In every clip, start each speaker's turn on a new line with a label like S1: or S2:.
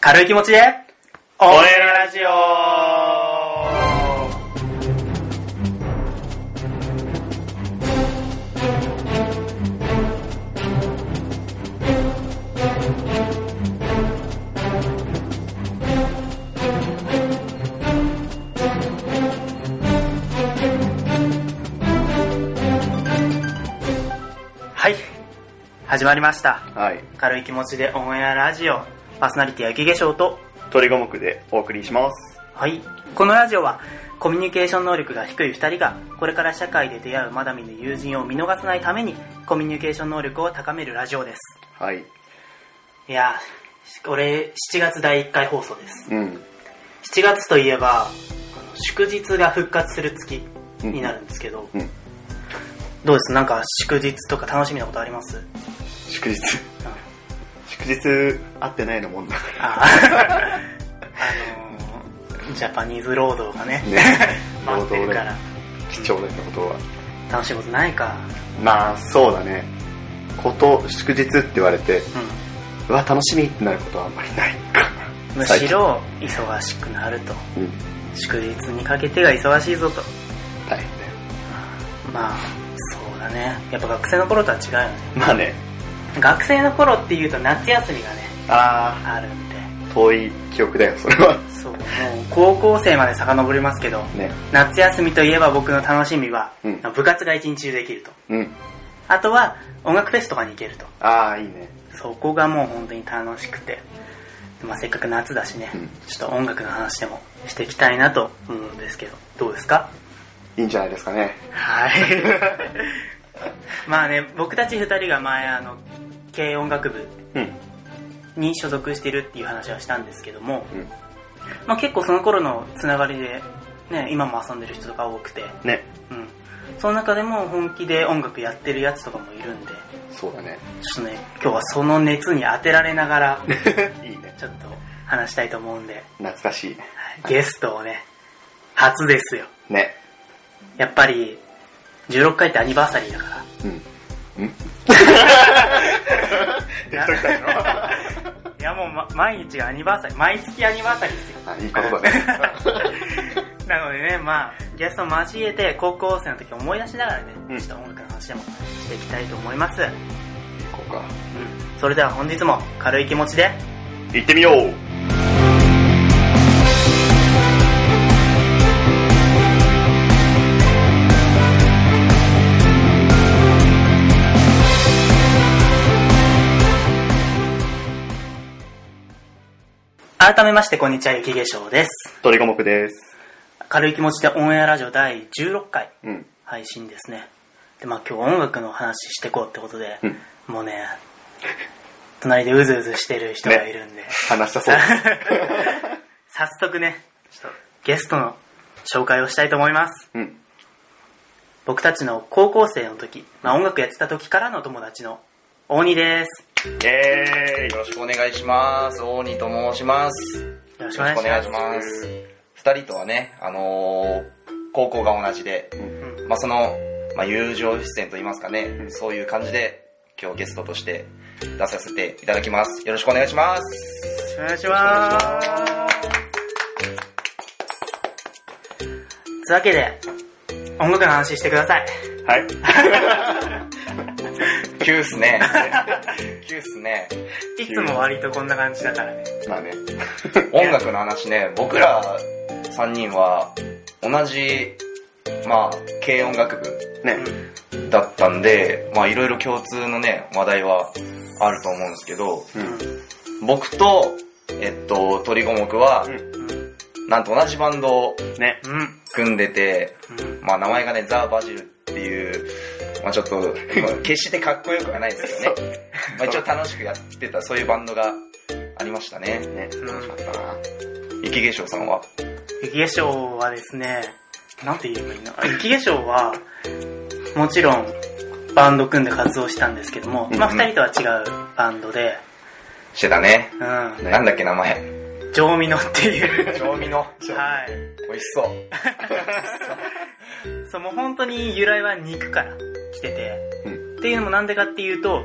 S1: 軽い気持ちで、
S2: おえらラジオ
S1: はい。始まりました。
S2: はい。
S1: 軽い気持ちでオンエアラジオ、パーソナリティは雪化粧と、
S2: 鳥五目でお送りします。
S1: はい。このラジオは、コミュニケーション能力が低い二人が、これから社会で出会うまだ見ぬ友人を見逃さないために、コミュニケーション能力を高めるラジオです。
S2: はい。
S1: いやー、これ、7月第1回放送です。
S2: うん。
S1: 7月といえば、あの祝日が復活する月になるんですけど、
S2: うん。
S1: どうですなんか祝日とか楽しみなことあります
S2: 祝日。
S1: あ
S2: 祝日、会ってないのもんだ。
S1: あ ーあのージャパニーズ労働がね、
S2: ね。
S1: 待ってるか
S2: 労働
S1: ら
S2: ね。貴重だったことは。
S1: 楽しいことないか。
S2: まあ、そうだね。こと、祝日って言われて、
S1: う
S2: うわ、楽しみってなることはあんまりないか
S1: ん。むしろ、忙しくなると。
S2: な。うん。
S1: 祝日にかけてが忙しいぞと。
S2: 大変だよ。
S1: まあ、そうだね。やっぱ学生の頃とは違うよね。
S2: まあね。
S1: 学生の頃っていうと夏休みがね、
S2: あ
S1: あるんで。
S2: ー、遠い記憶だよ、それは。
S1: そう、もう高校生まで遡りますけど、
S2: ね。
S1: 夏休みといえば僕の楽しみは、
S2: うん
S1: 部活が一日中できると。
S2: うん。
S1: あとは、音楽フェスとかに行けると。
S2: あー、いいね。
S1: そこがもう本当に楽しくて、まあ、せっかく夏だしね、
S2: うん
S1: ちょっと音楽の話でもしていきたいなと思うんですけど、どうですか
S2: いいんじゃないですかね。
S1: はい。 まあね、僕たち二人が前、あの、軽音楽部
S2: うん。
S1: に所属してるっていう話はしたんですけども、
S2: うん。
S1: まあ結構その頃のつながりで、ね、今も遊んでる人とか多くて、
S2: ね。
S1: うん。その中でも本気で音楽やってるやつとかもいるんで、
S2: そうだね。
S1: ちょっとね、今日はその熱に当てられながら、
S2: いいね。
S1: ちょっと話したいと思うんで、
S2: 懐かしいね。
S1: ゲストをね、初ですよ。
S2: ね。
S1: やっぱり、16回ってアニバーサリーだから。
S2: うん。うん
S1: いやいやもう、ま毎日がアニバーサリー、毎月アニバーサリーですよ。
S2: あ、いいことだね。
S1: なのでね、まあ、ゲストを交えて、高校生の時を思い出しながらね、
S2: うん
S1: ちょっと音楽の話でもしていきたいと思います。うん。
S2: 行こうか。
S1: それでは本日も軽い気持ちで、
S2: 行ってみよう
S1: 改めましてこんにちは、雪化粧です。
S2: 鳥五目です。
S1: 軽い気持ちでオンエアラジオ第16回
S2: うん。
S1: 配信ですね。で、まあ今日は音楽の話してこうってことで、
S2: うん
S1: もうね、隣でうずうずしてる人がいるんで、
S2: 話 したそうだ。
S1: 早速ね、ちょっとゲストの紹介をしたいと思います。
S2: うん。
S1: 僕たちの高校生の時、まあ音楽やってた時からの友達の大仁です。
S2: え
S3: よろしくお願いします。大仁と申します。よ
S1: よろ
S3: ろ
S1: しくお願いします。
S3: ます。二人とはね、あのー高校が同じで、
S1: うん
S3: まあ、その、まあ、友情出演といいますかね、そういう感じで、今日ゲストとして出させていただきます。よろしくお願いします。
S1: お願いします。つうわけで、音楽の話してください。
S2: ー、はい。
S3: 急っすね。急っすね。
S1: いつも割とこんな感じだからね。
S2: まあね。
S3: 音楽の話ね、僕ら三人は、同じ、まあ、軽音楽部
S2: ね。
S3: だったんで、まあいろいろ共通のね、話題はあると思うんですけど、
S2: う
S1: うん
S2: ん。
S3: 僕と、えっと、鳥五目は、なんと同じバンドを
S2: ね。
S1: うん。うん。
S3: 組んでて、
S1: うん。
S3: まあ名前がね、ザ・バジルっていう、まあちょっ と、まあ決してかっこよくはないですけどね。 まあ一応楽しくやってた、そういうバンドがありましたね。
S2: ね。
S1: ん
S2: 楽しかったな。
S3: 雪化粧さんは。
S1: 雪化粧はですね、なんて言えばいいの雪化粧は、もちろん、バンド組んで活動したんですけども、まあ
S3: うん
S1: 二人とは違うバンドで、
S3: してたね。
S1: う
S2: ね
S3: なんだっけ名前。
S1: ん。上ミノっていう。
S3: 調味の。
S1: はい。
S3: 美味しそう。
S1: そう、もう本当に由来は肉から来てて、
S2: うん。
S1: っていうのもなんでかっていうと、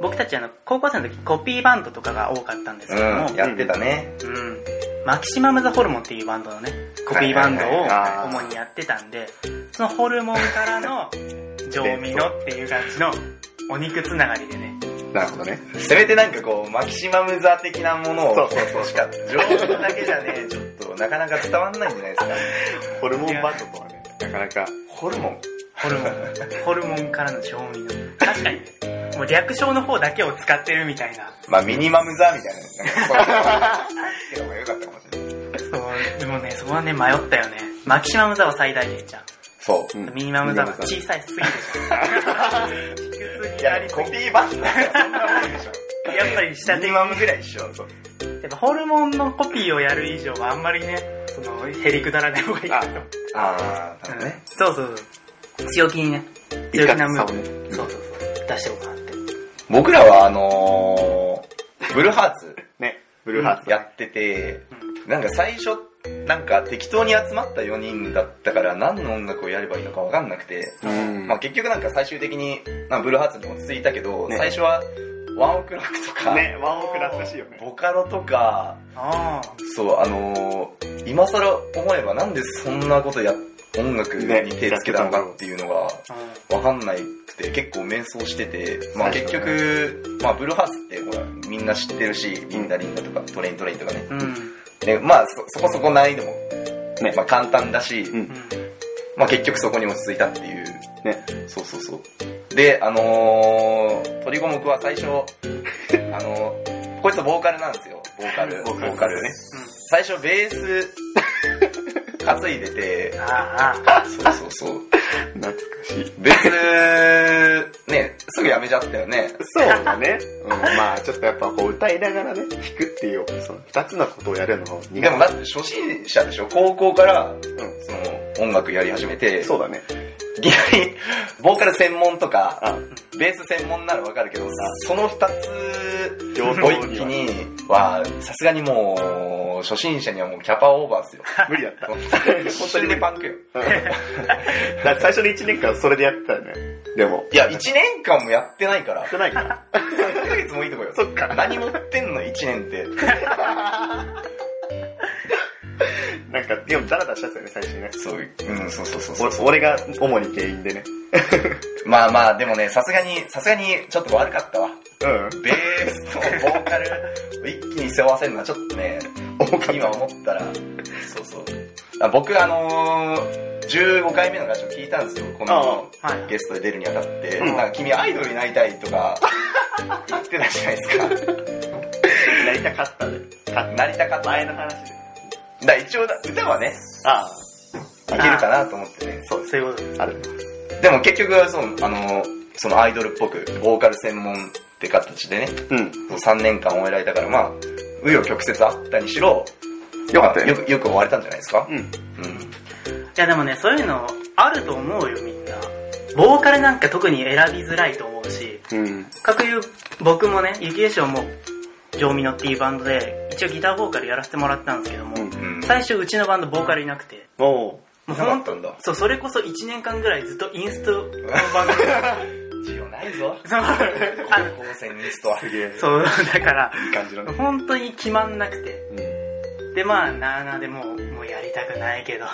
S1: 僕たちあの高校生の時コピーバンドとかが多かったんですけども、
S3: うん、やってたね。
S1: うん、マキシマム・ザ・ホルモンっていうバンドのね、コピーバンド
S3: はいはいはい
S2: はい
S1: を主にやってたんで、そのホルモンからの、上ミノっていう感じのお肉つながりでね、
S2: なるほどね。
S3: せめてなんかこう、マキシマムザ的なものを、
S2: そうそうそう
S3: しか、情報だけじゃね、ちょっとなかなか伝わんないんじゃないですか。
S2: ホルモンバンドとはね、なかなか。
S3: ホルモン。
S1: ホルモン、ホルモンからの上ミノ。確かに、もう略称の方だけを使ってるみたいな。
S3: まあ、ミニマムザみたいな。そういうのが良かったかもしれない。
S1: そう、でもね、そこはね、迷ったよね。マキシマム・ザは最大限じゃん。
S3: そうう。
S2: ん
S1: ミニマム・ザは
S2: ミニ
S1: 小さいすぎるじゃん。低す
S3: い
S1: ぎあ
S3: や
S1: り、す
S3: コ
S1: ぎ
S3: ピーバンド だからそんなもんでしょ。
S1: やっぱり下手
S3: ミニマムぐらい一緒。そう。
S1: やっぱホルモンのコピーをやる以上はあんまりね、その、へりくだらない方がいいかな。
S3: ああ、多分ね。
S1: そうそうそう。強気にね、
S2: い
S1: 強
S2: か
S1: 気
S2: つ
S1: なムー
S2: さを
S1: ブ
S2: ね。
S1: そうそうそう。出しておこうかなって。
S3: 僕らはあのー、ブルーハーツ
S2: ね、ブルーハーツ。
S3: やってて、なんか最初、なんか適当に集まった4人だったから何の音楽をやればいいのかわかんなくて、
S2: うん
S3: まあ結局なんか最終的に、なんかブルーハーツに落ち着いたけど、
S2: ね
S3: 最初はワンオクラックとか、
S2: ね、ワンオクラスらしいよね。
S3: ボカロとか、
S1: あ
S3: そう、あのー今更思えばなんでそんなことや、音楽に手つけたのかっていうのが、
S1: あ。
S3: わかんないくて結構迷走してて、まあ
S2: 最
S3: 結
S2: 初ね
S3: 局、まあブルーハーツってほらみんな知ってるし、リンダリンダとかトレイントレインとかね。
S1: うん。うん。
S3: で、まあそ、そこそこ難易度も、
S2: ね
S3: まあ簡単だし、
S2: うん
S3: まあ結局そこに落ち着いたっていう。
S2: ね。
S3: そうそうそう。で、あのー、鳥五目は最初、 あのー、こいつはボーカルなんですよ。ボーカル。
S2: ボーカルね。
S3: 最初ベース担いでて、
S1: ああ、
S3: そうそうそう。
S2: 懐かしい。
S3: ベース、ね、すぐやめちゃったよね。
S2: そうだね。うん、まあちょっとやっぱこう歌いながらね、弾くっていう、その二つのことをやるのが苦手
S3: でもだって初心者でしょ高校から、
S2: うん
S3: その、音楽やり始めて、
S2: そうだね。
S3: いきなり、ボーカル専門とか、
S2: あ、
S3: ベース専門ならわかるけどさ、その二つ
S2: 両
S3: を
S2: 方
S3: 一気
S2: に
S3: には、さすがにもう、初心者にはもうキャパオーバー っすよ。
S2: は無理だった。
S3: 本当にね、パンクよ。
S2: うんだって最初の一年間それでやってたよね。でも。
S3: いや、1年間もやってないから、
S2: 少ないから。
S3: 1ヶ月もいいとこよ。
S2: そっか。
S3: 何持ってんの、1 年って。
S2: なんか、でもダラダラしたっすよね、最初にね。
S3: そういう、うん、そうそうそうそう。
S2: お俺が主に原因でね。
S3: まあまあ、でもね、さすがに、さすがに、ちょっと悪かったわ。
S2: うん。
S3: ベースとボーカルを一気に背負わせるのはちょっとね、
S2: 重か
S3: 今
S2: っ
S3: 思ったら、そうそう。あ僕、あのー、15回目の合唱聞いたんですよ、この
S1: ああはい
S3: ゲストで出るにあたって。
S2: うん
S3: なんか君アイドルになりたいとか、言ってたじゃないですか。
S2: た。なりたかったね。か
S3: なりたかった。
S2: 前の話で。
S3: だから一応だ、歌はね、
S2: ああ、
S3: いけるかなと思ってね。
S2: そうです。
S1: そういうこと。
S2: ある。
S3: でも結局、その、あのー、そのアイドルっぽく、ボーカル専門って形でね、
S2: うん。
S3: 3年間終えられたから、まあ、紆余曲折あったにしろ、
S2: よかったよね
S3: よく、よく終われたんじゃないですか
S2: うん。
S3: うん。
S1: いやでもね、そういうのあると思うよ、みんな。ボーカルなんか特に選びづらいと思うし、
S2: うん。
S1: 各有、僕もね、雪化粧も、ジョーミノっていうバンドで、一応ギターボーカルやらせてもらったんですけども、
S3: うん。
S1: 最初うちのバンドボーカルいなくて、
S2: おう。
S1: もう
S3: なか
S1: 本
S3: った
S1: 当
S3: んだ。
S1: そう、それこそ1年間ぐらいずっとインストのバンドで、
S3: 需要ないぞ。
S1: そのあ
S3: 高校生にストは。
S2: すげえ。う。
S1: そう、だから、
S2: いい感じのね。
S1: 本当に決まんなくて。
S2: うん。
S1: で、まあ、なあなあでもう、もうやりたくないけど、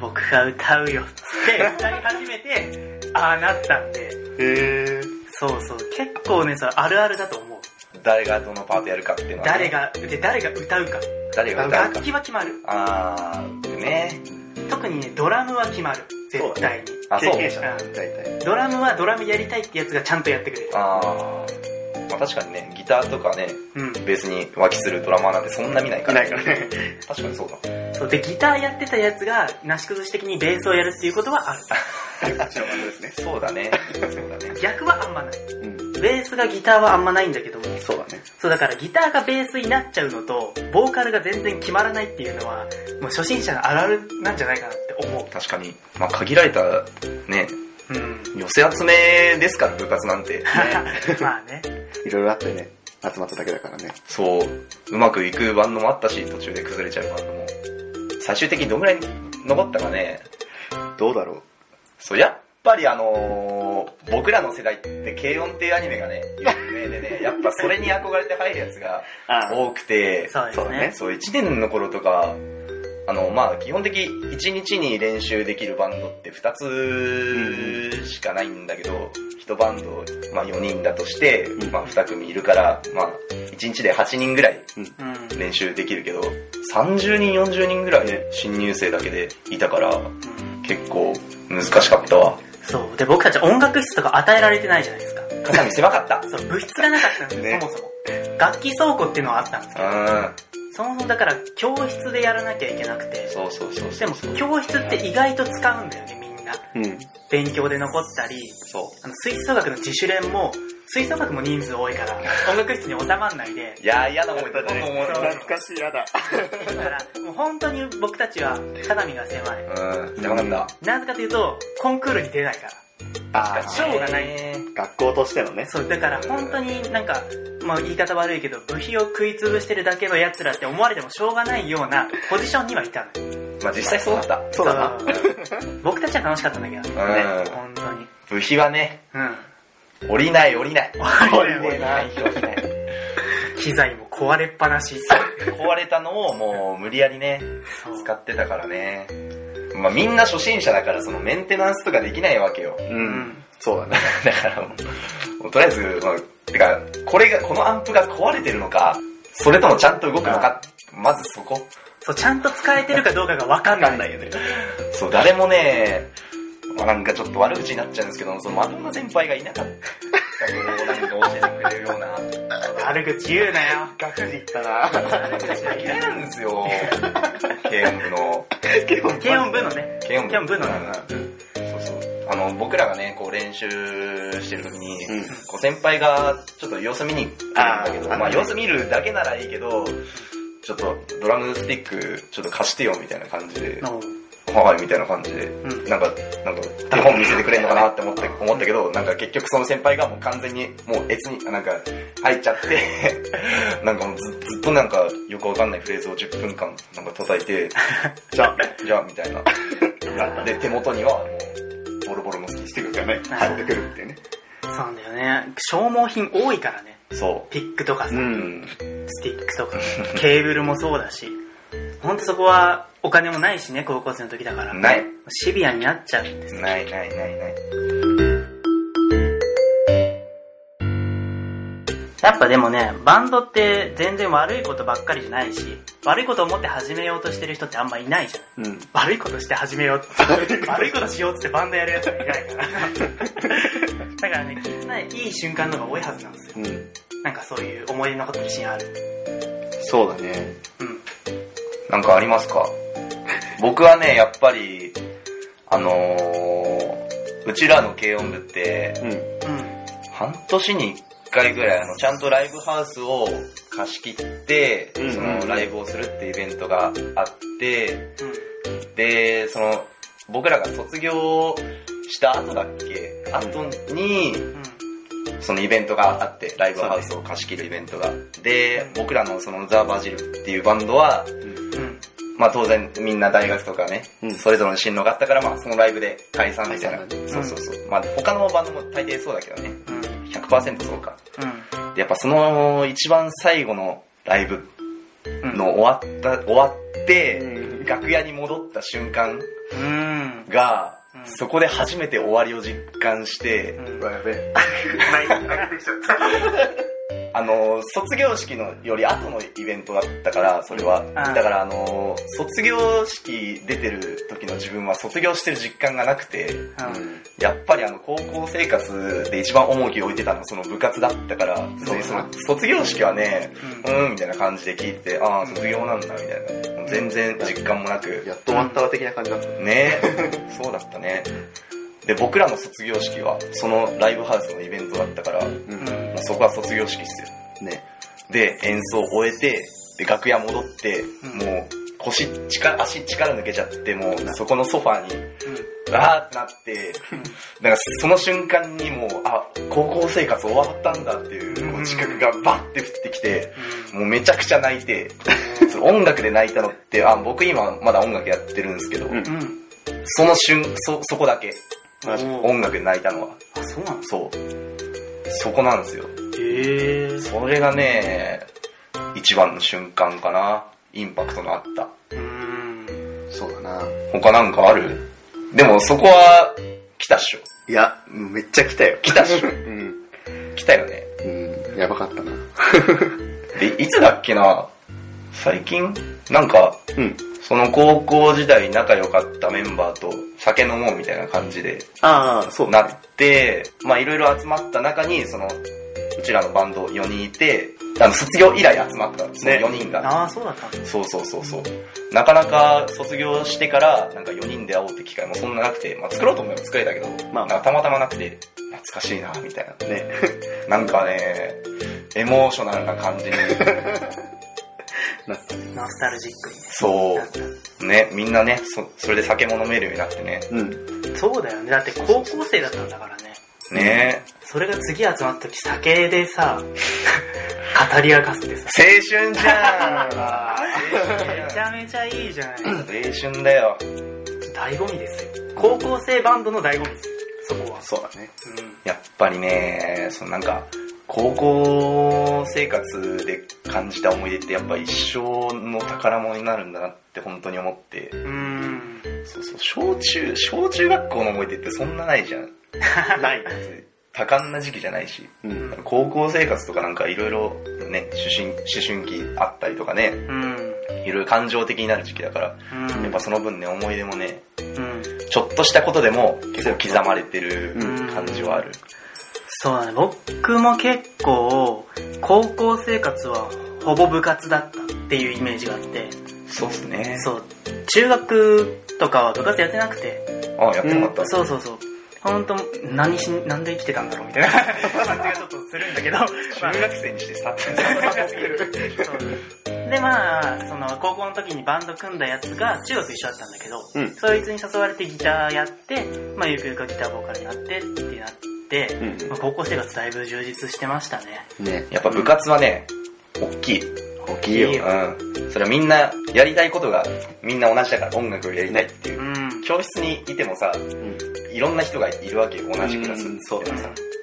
S1: 僕が歌うよ、つって、歌い始めて、ああなったんで、
S2: へえ。
S1: そうそう、結構ね、それあるあるだと思う。
S3: 誰がどのパートやるかっていうのは、
S1: 誰。が、で、誰が歌うか。
S3: 誰が歌うか
S1: 楽。器は決まる。
S3: あー、ね。
S1: 特にね、ドラムは決まる。絶対に。
S3: あ、そう
S2: 経。験者だ
S1: う
S2: ね、大体。
S1: ドラムはドラムやりたいってやつがちゃんとやってくれる。
S3: あー。まあ確かにね、ギターとかね、
S1: うん。
S3: ベースに浮気するドラマーなんてそんな見ない
S2: い
S3: か
S2: な
S3: ら。
S2: いからね。
S3: 確かにそうだ。
S1: そう、で、ギターやってたやつが、なし崩し的にベースをやるっていうことはある。
S2: ですね。
S3: そうだね。そうだね。
S1: 逆はあんまない。
S2: うん。
S1: ベースがギターはあんまないんだけども、
S2: そうだね。
S1: そうだからギターがベースになっちゃうのと、ボーカルが全然決まらないっていうのは、もう初心者のあるあるなんじゃないかなって思
S3: 確かに。まあ限られた、ね、
S1: う。うん。
S3: 寄せ集めですから、部活なんて。
S1: まあね。
S2: いろいろあってね、集まっただけだからね。
S3: そう、うまくいくバンドもあったし、途中で崩れちゃうバンドも。最終的にどんぐらい残ったかね。
S2: どうだろ
S3: そう、やっぱりあのもう、僕らの世代って、軽音っていうアニメがね、有名でね、やっぱそれに憧れて入るやつが
S1: あ
S3: 多くて、
S1: そうですね
S3: そう1年の頃とか、あの、まあ、基本的1日に練習できるバンドって2つしかないんだけど、1バンド、まあ4人だとして、
S2: うん
S3: まあ2組いるから、まあ1日で8人ぐらい
S1: うん。
S3: 練習できるけど、30人、40人ぐらいね、新入生だけでいたから、結構難しかったわ。
S1: そう。で、僕たち音楽室とか与えられてないじゃないですか。
S3: 肩身狭か った。
S1: そう、部室がなかったんですよ、
S2: ね
S1: そもそも。楽器倉庫っていうのはあったんですけど、
S3: う
S1: そもそもだから教室でやらなきゃいけなく
S3: ん。
S1: て、
S3: そうそうそうそ
S1: で
S3: う。
S1: も教室って意外と使うんだよね、みんな。
S2: うん。
S1: 勉強で残ったり、
S3: そ
S1: あの、吹奏楽の自主練も、吹奏楽も人数多い から、音楽室に収まんないで
S3: う。、いやー、嫌な思いだね。
S1: そう
S2: 懐かしい、やだ。
S1: だから、もう本当に僕たちは肩身が狭い。
S3: うん、邪魔なんだ。
S1: なぜかというと、コンクールに出ないから。
S2: ああ、
S1: 賞がない
S3: ね。
S2: 学校としてのね。
S1: そう、だから本当になんか、まあ言い方悪いけど、部費を食い潰してるだけの奴らって思われてもしょうがないようなポジションにはいたの。
S3: まあ実際そうだった。
S2: そうだな。
S1: そう僕たちは楽しかったんだけどね、
S3: うん
S1: 本当に。
S3: 部費はね、
S1: うん。
S3: 降りない降りない。
S1: 降りない
S3: 降りない。
S1: 機材も壊れっぱなし。
S3: 壊れたのをもう無理やりね、
S1: そう
S3: 使ってたからね。まあみんな初心者だからそのメンテナンスとかできないわけよ。
S2: う。
S1: うんん。
S2: そうだね。
S3: だからもう、もうとりあえず、まあ、てか、これが、このアンプが壊れてるのか、それともちゃんと動くのか、まずそこ。
S1: そう、ちゃんと使えてるかどうかがわかんない。
S2: よね。
S3: そう、誰もね、まあ、なんかちょっと悪口になっちゃうんですけど、そのマドンナ先輩がいなかった。なんか教えてくれるような。
S1: 悪口言うなよ。
S2: ガチでいったな。
S3: 嫌いなんですよ。軽音部の。
S2: 結構、
S1: 軽音部のね。
S3: 軽音部
S1: 軽音部の
S3: うんそうそう。あの、僕らがね、こう練習してる時に、
S2: うん
S3: こう先輩がちょっと様子見に来るんだけど、
S2: あー
S3: まあ様子見るだけならいいけど、ちょっとドラムスティックちょっと貸してよみたいな感じで、
S1: の、
S3: はいみたいな感じで、
S1: うん
S3: なんか、なんか、手本見せてくれんのかなって思った思ったけど、なんか結局その先輩がもう完全に、もう越に、なんか、入っちゃって、 なんかもうずずっとなんか、よくわかんないフレーズを10分間、なんか叩いて、 じゃあ、じゃあ、みたいな。で、手元には、もう、ボロボロのスティ
S2: スティックがね、入ってくるっていうね。
S1: そうなんだよね。消耗品多いからね。
S3: そ
S1: ピックとかさ
S2: う、。
S3: う。うんん。
S1: スティックとか、ケーブルもそうだし。ほんとそこは、お金もないしね、高校生の時だから。
S3: ない。
S1: シビアになっちゃうんです。
S3: ないないないない。
S1: やっぱでもね、バンドって全然悪いことばっかりじゃないし、悪いこと思って始めようとしてる人ってあんまいないじゃん。
S2: うん。
S1: 悪いことして始めようって。悪いことしようってバンドやるやつはいないから。だからね、きっとね、いい瞬間の方が多いはずなんですよ。
S2: うん。
S1: なんかそういう思い出に残ってるシーンある。
S2: そうだね。
S1: うん。
S3: なんかありま すか僕はね、やっぱり、あのー、うちらの軽音部って、
S2: うん。
S1: うん。
S3: 半年に一回ぐらい、あの、ちゃんとライブハウスを貸し切って、
S2: うんうん
S3: そのライブをするってイベントがあって、で、その、僕らが卒業した後だっけ後に、
S1: うん。うん。
S3: そのイベントがあって、ライブハウスを貸し切るイベントが。で、僕らのそのザ・バジルっていうバンドは、
S1: うん。
S3: まあ当然みんな大学とかね、
S2: うん
S3: それぞれの進路があったから、まあそのライブで解散みたいな。
S2: 解散だ
S3: そうそうそう。まあ他のバンドも大抵そうだけどね、
S1: うん。
S3: 100%そうか。
S1: う
S3: でやっぱその一番最後のライブ
S1: ん。
S3: の終わった、終わって、
S2: うん
S3: 楽屋に戻った瞬間
S1: うん。
S3: が、
S1: うん
S3: そこで初めて終わりを実感して、
S1: うん。
S2: うわ、やべえ。
S3: あの、卒業式のより後のイベントだったから、それは。だからあの、卒業式出てる時の自分は卒業してる実感がなくて、
S1: うん
S3: やっぱりあの、高校生活で一番重きを置いてたのはその部活だったから、
S2: そうだ
S3: そ
S2: な
S3: の卒業式はね、
S1: う
S3: うん、みたいな感じで聞いて、ああ、卒業なんだ、みたいな。全然実感もなく。
S2: やっと終わったわ的な感じだった。
S3: ね そうだったね。で、僕らの卒業式は、そのライブハウスのイベントだったから、もう
S2: う
S1: うん。うん
S3: そこは卒業式っすよ。
S2: ね。
S3: で、演奏を終えて、で、楽屋戻って、
S1: うん
S3: もう、腰、力、足力抜けちゃって、もう、そこのソファーに、わーってなって、なんかその瞬間にもう、あ、高校生活終わったんだっていう、こう自覚がバッて降ってきて、もうめちゃくちゃ泣いて、その音楽で泣いたのって、あ、僕今まだ音楽やってるんですけど、
S2: うん
S1: うん。うん。
S3: その瞬、そ、そこだけ。
S2: マジ
S1: おー
S3: 音楽で泣いたのは。
S1: あ、そうなんで
S3: そう。そこなんですよ。
S1: すへえー。
S3: それがね、一番の瞬間かな。インパクトのあった。
S1: うーん。
S2: そうだな。
S3: 他なんかあるでもそこは、来たっしょ。
S2: いや、めっちゃ来たよ。
S3: 来たっしょ
S2: うん。
S3: 来たよね。
S2: うん。やばかったな。
S3: で、いつだっけな最近なんか、
S2: うん。
S3: その高校時代仲良かったメンバーと酒飲もうみたいな感じで、
S2: ああ、そう
S3: なって、まあいろいろ集まった中に、その、うちらのバンド4人いて、あの、卒業以来集まったんですね、
S2: ね
S3: 4人が。
S1: ああ、そうだったんです。
S3: そうそうそうそう。なかなか卒業してから、なんか4人で会おうって機会もそんななくて、まあ作ろうと思えば作れたけど、
S2: まあ
S3: なんかたまたまなくて、懐かしいな、みたいな。
S2: ね。
S3: なんかね、エモーショナルな感じに、
S2: なったね。
S1: ノスタルジックにね。
S3: そ
S1: なった
S3: う、ね、みんなね、そ、それで酒も飲めるようになってね、
S2: うん。
S1: そうだよね。だって高校生だったんだからね。
S3: ね
S1: それが次集まった時酒でさ、語り明かすってさ。
S3: 青春じゃん
S1: めちゃめちゃいいじゃない。
S3: 青春だよ。
S1: 醍醐味ですよ。高校生バンドの醍醐味ですよ。そこは。
S2: そうだね。
S1: う
S3: やっぱりね、そのなんか、高校生活で感じた思い出ってやっぱ一生の宝物になるんだなって本当に思って、
S1: ん。うん。
S3: そうそう、小中、小中学校の思い出ってそんなないじゃん。
S2: ない。
S3: 多感な時期じゃないし。
S2: うん。
S3: 高校生活とかなんかいろいろね、思春、思春期あったりとかね、
S1: うん。
S3: いろいろ感情的になる時期だから、
S1: うん。
S3: やっぱその分ね、思い出もね、
S1: うん。
S3: ちょっとしたことでも結構刻まれてる
S1: うん
S3: 感じはある。
S1: そうだね。僕も結構、高校生活はほぼ部活だったっていうイメージがあって、
S3: そうっすね。
S1: そう、中学とかは部活やってなくて、
S3: ああ、やってなかった。
S1: そうそうそう。本当何し、なんで生きてたんだろうみたいな感じがちょっとするんだけど、まあ
S3: 中学生にしてさ、
S1: そうで、まあ、その、高校の時にバンド組んだやつが中学一緒だったんだけど、
S2: うん
S1: そいつに誘われてギターやって、まあ、ゆくゆくはギターボーカルになってってなって、
S2: うん。
S1: まあ高校生活だいぶ充実してましたね。
S2: ね。
S3: やっぱ部活はね、大きい。
S2: 大きいよ
S1: いい。よ
S3: うん。それはみんな、やりたいことが、みんな同じだから音楽をやりたいっていうう。
S1: ん。
S3: 教室にいてもさ、
S2: うん。
S3: いろんな人がいるわけよ、同じクラス。
S2: うんそうだね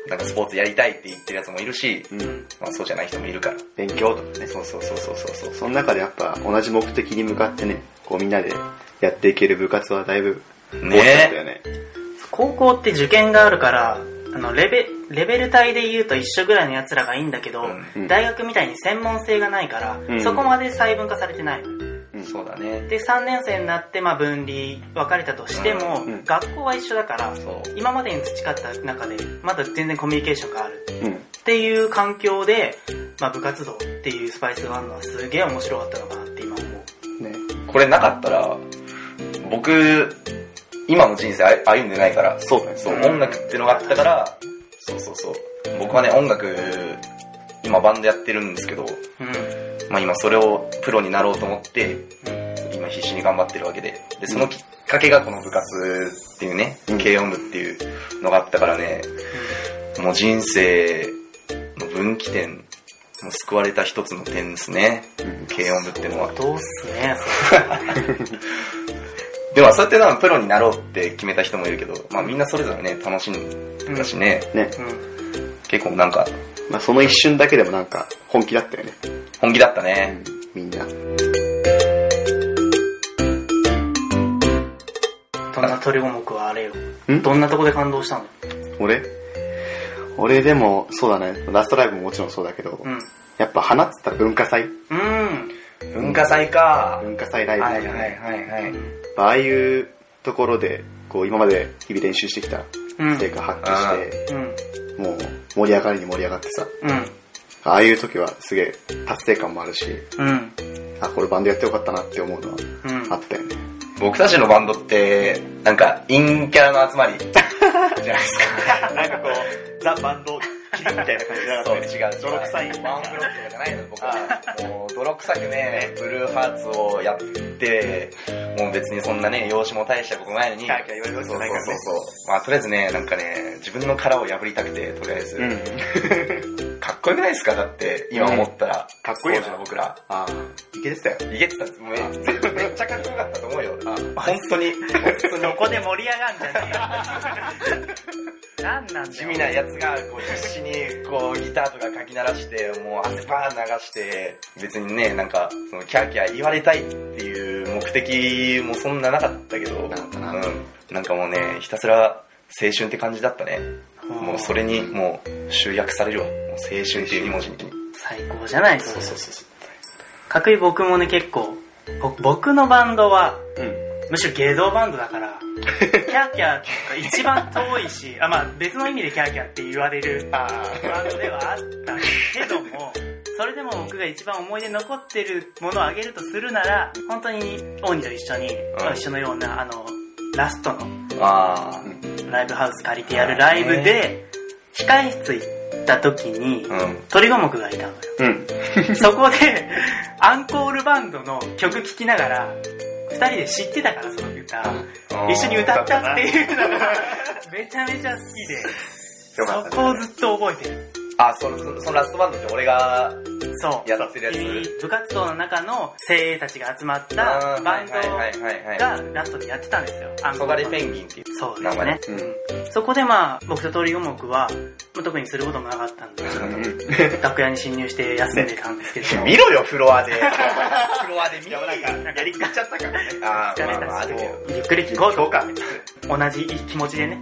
S3: なんかスポーツやりたいって言ってるやつもいるし、
S2: うん。
S3: まあそうじゃない人もいるから。
S2: 勉強とかね。
S3: そうそうそうそうそうそ。
S2: そうの中でやっぱ同じ目的に向かってね、こうみんなでやっていける部活はだいぶ大きかったよね。
S1: 高校って受験があるから、あの、レベ、レベル帯で言うと一緒ぐらいの奴らがいいんだけど、
S2: うん
S1: 大学みたいに専門性がないから、
S2: ん
S1: そこまで細分化されてない。
S2: うん
S3: そうだね。
S1: で、3年生になって、まあ、分離、分かれたとしても、
S2: うん
S1: 学校は一緒だから、
S3: そう。
S1: 今までに培った中で、まだ全然コミュニケーションがある。
S2: うん。
S1: っていう環境で、まあ、部活動っていうスパイスがあるのはすげえ面白かったのかなって今思う。
S2: ね。
S3: これなかったら、僕、今の人生あ歩んでないから、
S2: そうだね。
S3: そう、
S1: うん
S3: 音楽ってのがあったから、そうそうそう。僕はね、音楽、今バンドやってるんですけど、
S1: うん。
S3: まあ今それをプロになろうと思って、
S1: うん
S3: 今必死に頑張ってるわけで。で、そのきっかけがこの部活っていうね、
S2: うん
S3: 軽音部っていうのがあったからね、もう人生の分岐点、もう救われた一つの点ですね。
S2: うん
S3: 軽音部ってのは。
S1: どうっすね、
S3: でもそうやってなんかプロになろうって決めた人もいるけど、まあみんなそれぞれね、楽しん
S1: それ
S3: だしね、
S2: ね。
S1: うん。うん
S3: 結構なんか
S2: まあその一瞬だけでもなんか本気だったよね。
S3: 本気だったね。
S2: みんな。
S1: どんな鳥五目はあれよ。
S2: ん
S1: どんなとこで感動したの
S2: 俺俺でも、そうだね。ラストライブももちろんそうだけど、
S1: うん。う
S2: やっぱ花っつったら文化祭
S1: ん。
S3: 文化祭か。
S2: 文化祭ライブ、
S3: はいはいはいはい。
S2: ああいうところで、こう今まで日々練習してきた
S1: うん。
S2: 成果発揮して、
S1: うん。
S2: もう盛り上がりに盛り上がってさ、
S1: うん。
S2: ああいう時はすげえ達成感もあるし、
S1: うん。
S2: あ、これバンドやってよかったなって思うのは
S1: うん
S2: あったよね。
S3: 僕たちのバンドって、なんか、陰キャラの集ま りじゃないですか。
S2: なんかこう、ザ・バンドキルみたいな感じだ
S3: そう、違う違う。
S2: 泥臭い
S3: ワンブロックとかじゃないの、僕は。もう、泥臭くね、ブルーハーツをやって、もう別にそんなね、容姿も大したことないのに。
S2: キャーキャー言われるわけじゃないからね
S3: そうそうそうそう。まあ、とりあえずね、なんかね、自分の殻を破りたくて、とりあえず、
S2: うん。
S3: かっここよくないですかだって、今思ったら。
S2: かっこいいよ
S3: 当時の僕ら。
S2: ああ、いけてたよ。
S3: いけてたんです。もうめめっちゃかっこよかったと思うよ。本当に。
S1: そこで盛り上がんじゃねえよ。なんなんだ
S3: 地
S1: よ。
S3: 味なやつが、こう、必死に、こう、ギターとかかき鳴らして、もう汗バーン流して、別にね、なんか、その、キャーキャー言われたいっていう目的もそんななかったけど、
S2: なかったな
S3: うん。なんかもうね、ひたすら青春って感じだったね。もうそれに、もう、集約されるわ。もう青春っていう二文字に。
S1: 最高じゃないですか。
S3: そうそう。
S1: かっこいい僕もね、結構、ぼ僕のバンドは、
S2: うん。
S1: むしろ芸道バンドだから、キャーキャーが一番遠いし、あ、まあ別の意味でキャーキャーって言われる
S2: あ
S1: バンドではあったけども、それでも僕が一番思い出残ってるものをあげるとするなら、本当に、オンと一緒に、
S3: ん
S1: 一緒のような、あの、ラストの
S3: あ
S1: ライブハウス借りてやるライブで、控え室行った時に、
S3: あ。うん。
S1: 鳥五目がいたのよ。
S2: う ん。
S1: そこで、アンコールバンドの曲聴きながら、二人で知ってたから、その歌。一緒に歌ったっていうのが、 めちゃめちゃ好きで、
S2: よかったね
S1: そこをずっと覚えてる。
S3: あ、その、そのラストバンドって俺が
S1: そう。
S3: やってるやつ。
S1: 部活動の中の精鋭たちが集まった
S3: うん
S1: バンド
S3: はいはいはいはい。
S1: がラストでやってたんですよ。アンコ
S3: ソ
S1: ー
S3: ガ
S1: ル
S3: レ
S1: バンド
S3: ペンギンっていう。
S1: そうですね。
S2: うん。
S1: そこでまあ、僕と鳥五目は、まあ特にすることもなかったんで、楽屋に侵入して休んでたんですけども。
S3: 見ろよ、フロア で。フロアで見ろなんか、
S2: やりきっちゃったからね。
S3: あー、
S1: 疲
S3: まあ
S1: れ
S3: ま
S1: た
S3: あ、あ
S1: し
S3: るけど。、
S1: ゆっくり聴こうと
S2: そうか。
S1: 同じ気持ちでね、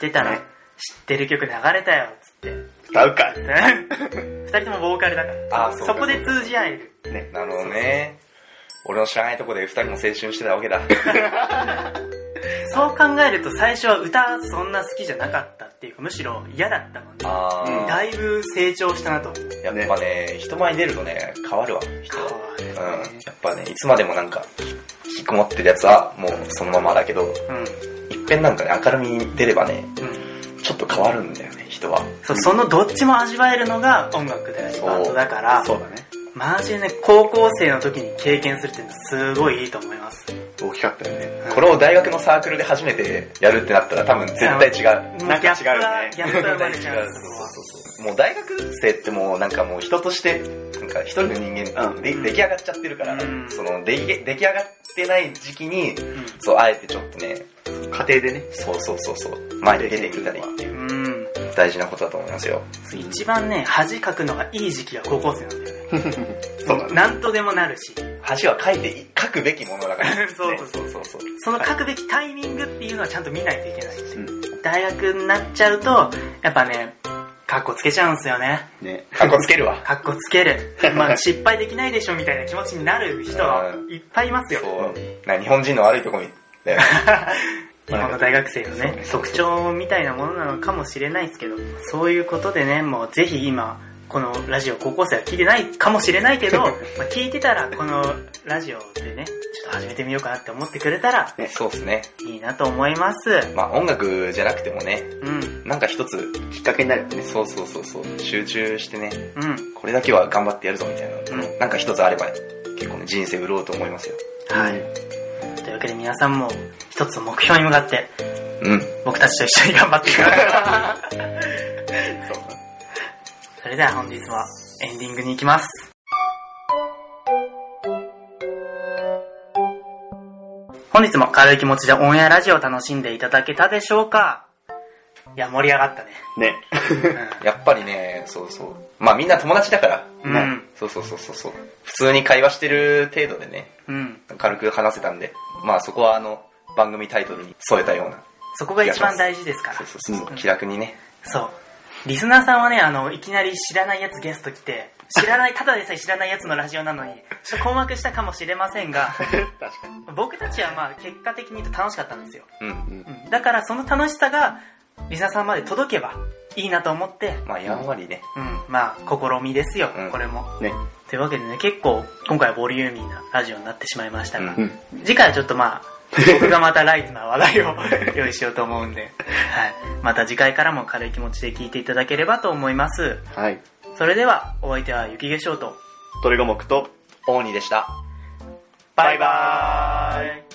S1: 出たら、知ってる曲流れたよ、つって。
S2: 歌うか。
S1: 二人ともボーカルだから。
S3: あーそう
S1: そ
S3: か
S1: こで通じ合える。
S2: ね。
S3: なるほどね。俺の知らないとこで二人も青春してたわけだ。
S1: そう考えると最初は歌そんな好きじゃなかったっていうか、むしろ嫌だったのに、
S3: あ
S2: うん
S1: だ
S3: ー、
S1: いぶ成長したなと。
S3: やっぱね、人前に出るとね、変わるわ、人は。うん、やっぱね、いつまでもなんか、引きこもってるやつは、もうそのままだけど、
S1: うん。うん。
S3: いっぺんなんかね、明るみに出ればね、ちょっと変わるんだよね、人は。
S1: そうそのどっちも味わえるのが音楽だし、
S3: そう
S1: バンドだから、
S2: そうだね。
S1: マジでね、高校生の時に経験するっていうのはすごいいいと思います。
S2: 大きかったよね。
S3: これを大学のサークルで初めてやるってなったら多分絶対違う。
S2: なんか違うよね
S1: ギャップが生まれちゃう。そこは
S3: もう大学生ってもうなんかもう人として、なんか一人の人間、
S2: うん
S3: で出来上がっちゃってるから、
S1: うん
S3: その出来出来上がってない時期に、
S1: うん
S3: そう、あえてちょっとね、
S2: 家庭でね。
S3: そうそうそう、そう前に出てみたりっていう
S1: うん。
S3: 大事なことだと思いますよ。
S1: 一番ね、恥かくのがいい時期が高校生なんだよね。
S2: そうだね。
S1: なんとでもなるし、
S3: 恥は書いてい、書くべきものだから、
S1: そう
S3: ね
S1: そう
S3: そうそう
S1: その書くべきタイミングっていうのはちゃんと見ないといけないし
S2: う。ん。
S1: 大学になっちゃうと、やっぱね、カッコつけちゃうんすよね。
S2: ね。
S3: かっこつけ るわ。
S1: カッコつける。まあ失敗できないでしょみたいな気持ちになる人はいっぱいいますよ
S3: そ。う。な日本人の悪いとこに、だよね
S1: 日本の大学生のね、特徴みたいなものなのかもしれないですけど、そういうことでね、もうぜひ今、このラジオ高校生は聞いてないかもしれないけ ど、まあ聞いてたらこのラジオでね、ちょっと始めてみようかなって思ってくれたら
S3: ねそうですね。
S1: いいなと思います。
S3: まあ音楽じゃなくてもね、
S1: うん、
S3: なんか一つ、
S2: きっかけになるよね。
S3: そうそうそうそう、集中してね、
S1: うん。
S3: これだけは頑張ってやるぞみたいなの、
S1: うん
S3: なんか一つあれば、結構ね、人生潤うと思いますよ。
S1: はい。というわけで皆さんも一つの目標に向かって、
S3: うん。
S1: 僕たちと一緒に頑張っていきましょ
S2: そうだね。
S1: う。 それでは本日はエンディングに行きます。本日も軽い気持ちでオンエアラジオを楽しんでいただけたでしょうかいや、盛り上がった ね。
S2: ね。
S3: やっぱりね、そうそう。まあみんな友達だから、
S1: うん
S3: まあそうそうそうそうそう。普通に会話してる程度でね、
S1: うん。うん。
S3: 軽く話せたんで、まあそこはあの、番組タイトルに添えたような、
S1: そこが一番大事ですから
S3: そう。そうそう、
S2: うん
S3: 気楽にね。
S1: そう。リスナーさんはね、あの、いきなり知らないやつゲスト来て、知らない、ただでさえ知らないやつのラジオなのに、ちょっと困惑したかもしれません が、
S2: 確かに。
S1: 僕たちはまあ、結果的に言うと楽しかったんですよ。
S3: うん。
S1: うんだからその楽しさが、リスナーさんまで届けばいいなと思って、
S3: まあやんわりね。
S1: うん、まあ、試みですよ、
S3: うん
S1: これも。
S2: ね。
S1: というわけでね、結構、今回はボリューミーなラジオになってしまいましたが、
S3: うん
S1: 次回はちょっと まあ、僕がまたライトな話題を 用意しようと思うんで、はい。また次回からも軽い気持ちで聞いていただければと思います。
S2: はい。
S1: それでは、お相手は雪化粧と、
S2: 鳥五目と、
S3: 大にでした。
S1: バイバーイ